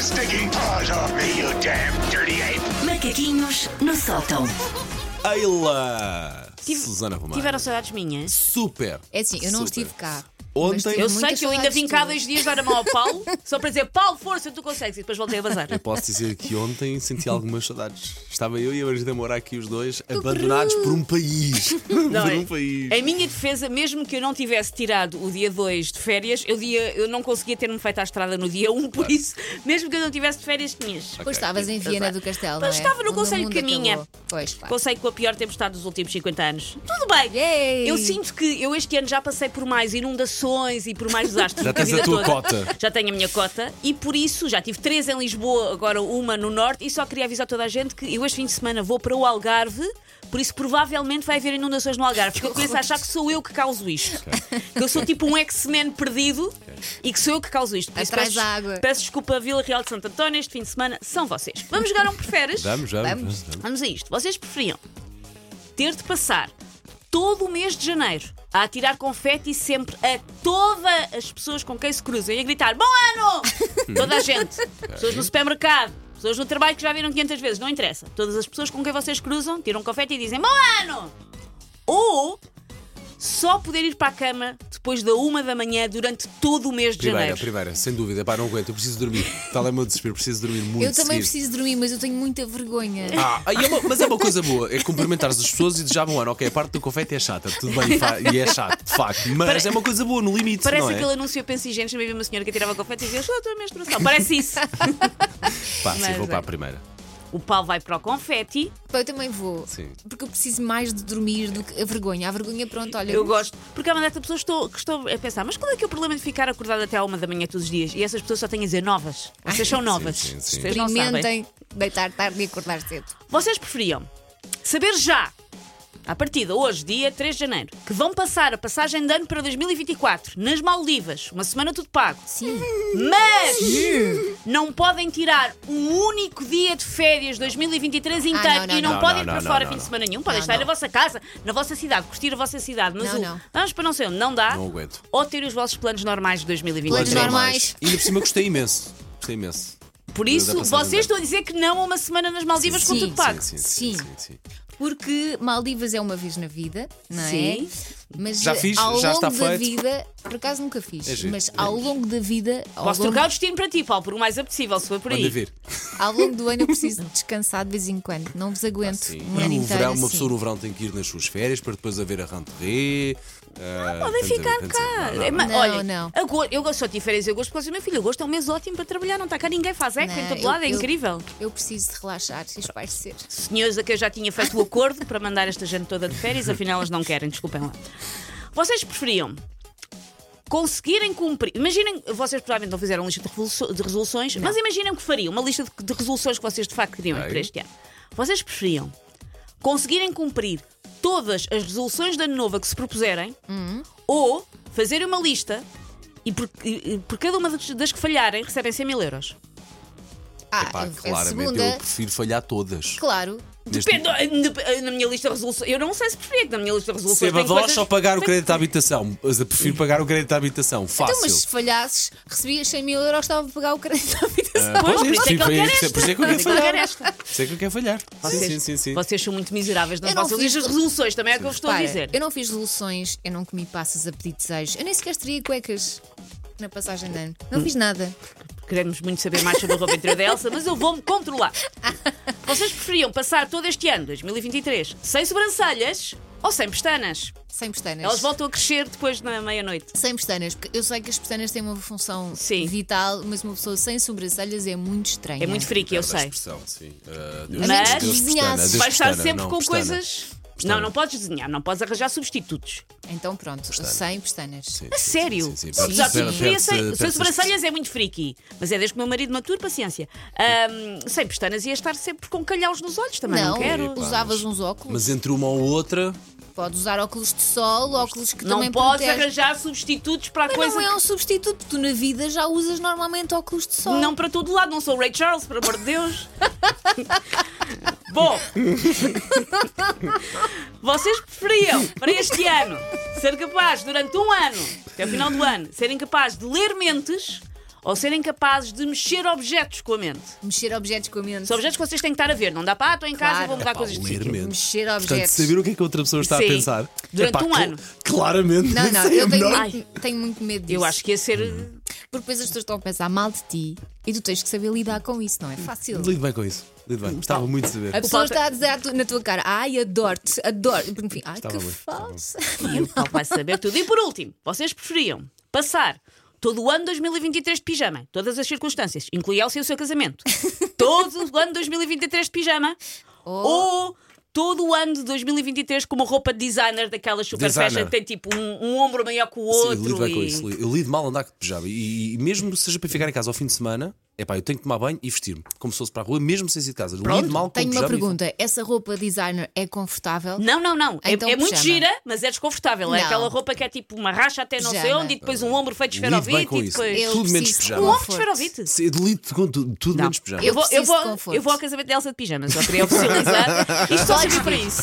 stinking paws off me, you damn dirty ape! Macaquinhos no sótão. Eila! Susana Romana. Tiveram saudades minhas. super. É assim, eu não super. estive cá. mas Ontem. tive Eu Muitas sei que eu ainda saudades vim cá tuas. dois dias dar a mão ao Paulo, só para dizer Paulo, força, tu consegues. E depois voltei a bazar. Eu posso dizer que ontem senti algumas saudades. Estava eu e a Angela a morar aqui os dois, abandonados por um país. Não por é? um país. Em minha defesa, mesmo que eu não tivesse tirado o dia 2 de férias, eu, dia, eu não conseguia ter-me feito à estrada no dia 1, um, por isso, mesmo que eu não tivesse de férias, tinhas. Pois estavas em Viena do Castelo, Mas não é? estava no Onde o Conselho mundo de Caminha. acabou. Pois, claro. Conselho com a pior tempestade dos últimos 50 anos. Tudo bem. Yay! Eu sinto que eu este ano já passei por mais inundações e por mais desastres. Já da tens vida a tua toda. cota. Já tenho a minha cota e por isso já tive três em Lisboa, agora uma no Norte. E só queria avisar toda a gente que eu este fim de semana vou para o Algarve. Por isso, provavelmente vai haver inundações no Algarve, porque eu começo a achar que sou eu que causo isto. Que eu sou tipo um X-Men perdido e que sou eu que causo isto. Por isso, Atrás peço, da água. peço desculpa, Vila Real de Santo António, este fim de semana são vocês. Vamos jogar um preferes? Vamos, vamos, Vamos. vamos. Vamos a isto. Vocês preferiam ter de passar todo o mês de janeiro a atirar confete sempre a todas as pessoas com quem se cruzam e a gritar Bom ano! Toda a gente. Pessoas no supermercado, pessoas no trabalho que já viram 500 vezes, não interessa. Todas as pessoas com quem vocês cruzam tiram um confete e dizem Bom ano! Ou só poder ir para a cama depois da uma da manhã durante todo o mês de Primeira, janeiro. primeira, sem dúvida. Pá, não aguento, eu preciso dormir. Tal é o meu desespero, preciso dormir muito. Eu seguir. também preciso dormir, mas eu tenho muita vergonha. Ah, e é uma- mas é uma coisa boa, é cumprimentares as pessoas e desejar bom ano. Ok, a parte do confete é chata, tudo bem, e fa- e é chato, de facto. Mas é uma coisa boa, no limite, Parece não é? aquele anúncio a pensa higiene, também vi uma senhora que tirava confete e dizia, estou a tua menstruação. Parece isso. Pá, sim, Mas vou é. para a primeira. O pau vai para o confete. Pá, Eu também vou. Sim. Porque eu preciso mais de dormir do que a vergonha. A vergonha, pronto, olha. Eu gosto. Porque há uma data de pessoas que estou, que estou a pensar, mas qual é que é o problema de ficar acordado até à uma da manhã todos os dias? E essas pessoas só têm a dizer novas. Vocês são novas. sim, sim. Vocês não sabem. Experimentem deitar tarde e acordar cedo. Vocês preferiam saber já, à partida, hoje, dia 3 de janeiro, que vão passar a passagem de ano para 2024, nas Maldivas, uma semana tudo pago. Sim. Mas não podem tirar um único dia de férias 2023 inteiro Ah, não, não, e não, não. podem ir Não, para não, fora não, fim de não. semana nenhum. Podem Não, estar não. na vossa casa, na vossa cidade, curtir a vossa cidade. Mas Não, o- não. vamos para não sei onde, não dá. Não aguento. Ou ter os vossos planos normais de 2023. Planos Planos normais. E ainda por cima gostei imenso. Gostei imenso. Por Da isso, passagem de ano. vocês estão a dizer que não a uma semana nas Maldivas Sim, com sim, tudo pago. Sim, Sim. sim, sim. Porque Maldivas é uma vez na vida, não Sim. é? Mas Já fiz, ao já longo está da feito. vida, por acaso nunca fiz, É giro, mas é ao giro. longo da vida, ao Posso longo, trocar o destino para ti, Paulo, por o mais apetecível, se for por Manda aí. ver. ao longo do ano eu preciso descansar de vez em quando. Não vos aguento. Ah, Sim. Um ano E no inteiro, verão, uma assim. pessoa no verão tem que ir nas suas férias para depois haver a rentrée. Ah, Podem tantas- ficar tantas- cá. não, não, É, não. mas, Não, olha, não. agosto- eu gosto só de férias em agosto, porque o meu filho, agosto é um mês ótimo para trabalhar, não está cá ninguém, faz eco Não, em todo eu- lado, é Né? eu- incrível. Eu preciso de relaxar, espairecer. Senhores a que eu já tinha feito o acordo para mandar esta gente toda de férias, afinal elas não querem, desculpem lá. Vocês preferiam conseguirem cumprir. Imaginem, vocês provavelmente não fizeram lista de revoluço- de resoluções, mas imaginem que fariam uma lista de, de resoluções que vocês de facto queriam Ok. para este ano. Vocês preferiam conseguirem cumprir todas as resoluções de ano novo a que se propuserem ou fazerem uma lista e por, e- e por cada uma das das que falharem recebem 100 mil euros? Ah, Epá, a- a claramente, segunda, eu prefiro falhar todas. claro. Neste- Depende, eh, na minha lista de resoluções. Eu não sei se preferia que na minha lista de Se é resoluções. tem badós coisas- ou pagar o crédito à habitação. Mas eu prefiro pagar o crédito à habitação. Fácil. Então, mas se falhasses, recebias 100 mil euros, estava a pegar o crédito à habitação. Pois, Pois, por isso é que sim, ele foi- quer esta. por isso é que eu Por quero isso é que ele falhar. quer esta. Isso é que eu quero falhar. Sim, sim, sim. sim. Vocês são muito miseráveis nas Eu não vossas fiz- listas de resoluções, também é o que eu vos estou a Repara, dizer. Eu não fiz resoluções, eu não comi passas a pedir desejos, eu nem sequer teria cuecas na passagem de ano. Não fiz nada. Queremos muito saber mais sobre a roupa interior da Elsa, mas eu vou-me controlar. Vocês preferiam passar todo este ano, 2023, sem sobrancelhas ou sem pestanas? Sem pestanas. Elas voltam a crescer depois na meia-noite. Sem pestanas, porque eu sei que as pestanas têm uma função Sim. vital, mas uma pessoa sem sobrancelhas é muito estranha. É muito friki, eu Guarda a sei. expressão, sim. Ah, A Deus, menos Deus, Deus, que desenhasse. pestana, Deus, Vais estar pestana. sempre Não, com pestana. coisas. Pestana. Não, não podes desenhar, não podes arranjar substitutos. Então pronto, sem pestanas. Sim, A sim, sério? Sim, sim, Não, sim. já Perde- preferia perde-se- sem- sem perde-se as sobrancelhas é muito friki, mas é desde que o meu marido mature, paciência. Ahm, sem pestanas ia estar sempre com calhaus nos olhos também, não, Não, quero. Epá, usavas mas- uns óculos. Mas entre uma ou outra, Podes usar óculos de sol, óculos que Não também podes protegem. arranjar substitutos para a Mas coisa. não é um substituto, tu na vida já usas normalmente óculos de sol. Não para todo lado, não sou o Ray Charles, por amor de Deus. Bom, vocês preferiam para este ano ser capaz, durante um ano, até o final do ano, serem capazes de ler mentes ou serem capazes de mexer objetos com a mente. Mexer objetos com a mente. São objetos que vocês têm que estar a ver, não dá para, ah, estou em casa, Claro. vou mudar coisas de ler sítio. mente. Mexer um Portanto, objetos. saber o que é que a outra pessoa está Sim. a pensar. Durante Epá, um cl- ano. Claramente. Não, não, sei a eu tenho menor- muito, tenho muito medo disso. Eu acho que ia ser. Uhum. Porque depois as pessoas estão a pensar mal de ti e tu tens que saber lidar com isso, não é fácil. Lido bem com isso. Lido bem. Gostava muito de A saber. pessoa Paulo- está a dizer à tu- na tua cara, ai, adoro-te, adoro. Enfim, ai, Estava que bem, estava falsa. E o Paulo vai saber tudo. E por último, vocês preferiam passar todo o ano 2023 de pijama, em todas as circunstâncias, incluía-se o seu casamento, todo o ano 2023 de pijama, Oh. ou todo o ano de 2023 com uma roupa de designer daquelas super Designer. fashion, que tem tipo um, um ombro maior que o outro. Sim, lido bem com e- isso. Eu lido mal andar de pijama. E, e mesmo que seja para ficar em casa ao fim de semana, epá, eu tenho que tomar banho e vestir-me. Como se fosse para a rua, mesmo sem sair de casa. lido mal com Tenho uma pijama e- pergunta: essa roupa designer é confortável? Não, não, não. É- Então é muito pijama. gira, mas é desconfortável. É Não. aquela roupa que é tipo uma racha até não sei Pijama. onde e depois um ombro feito de Lido bem esferovite com e isso. depois. Eu Tudo menos preciso de Um pijama. ombro de conforto. esferovite. Se- Lido com tudo, tudo menos pijama. Eu vou, eu, preciso de vou, conforto. eu vou ao casamento da Elsa de pijamas, só queria oficializar. Isto só serve para isso.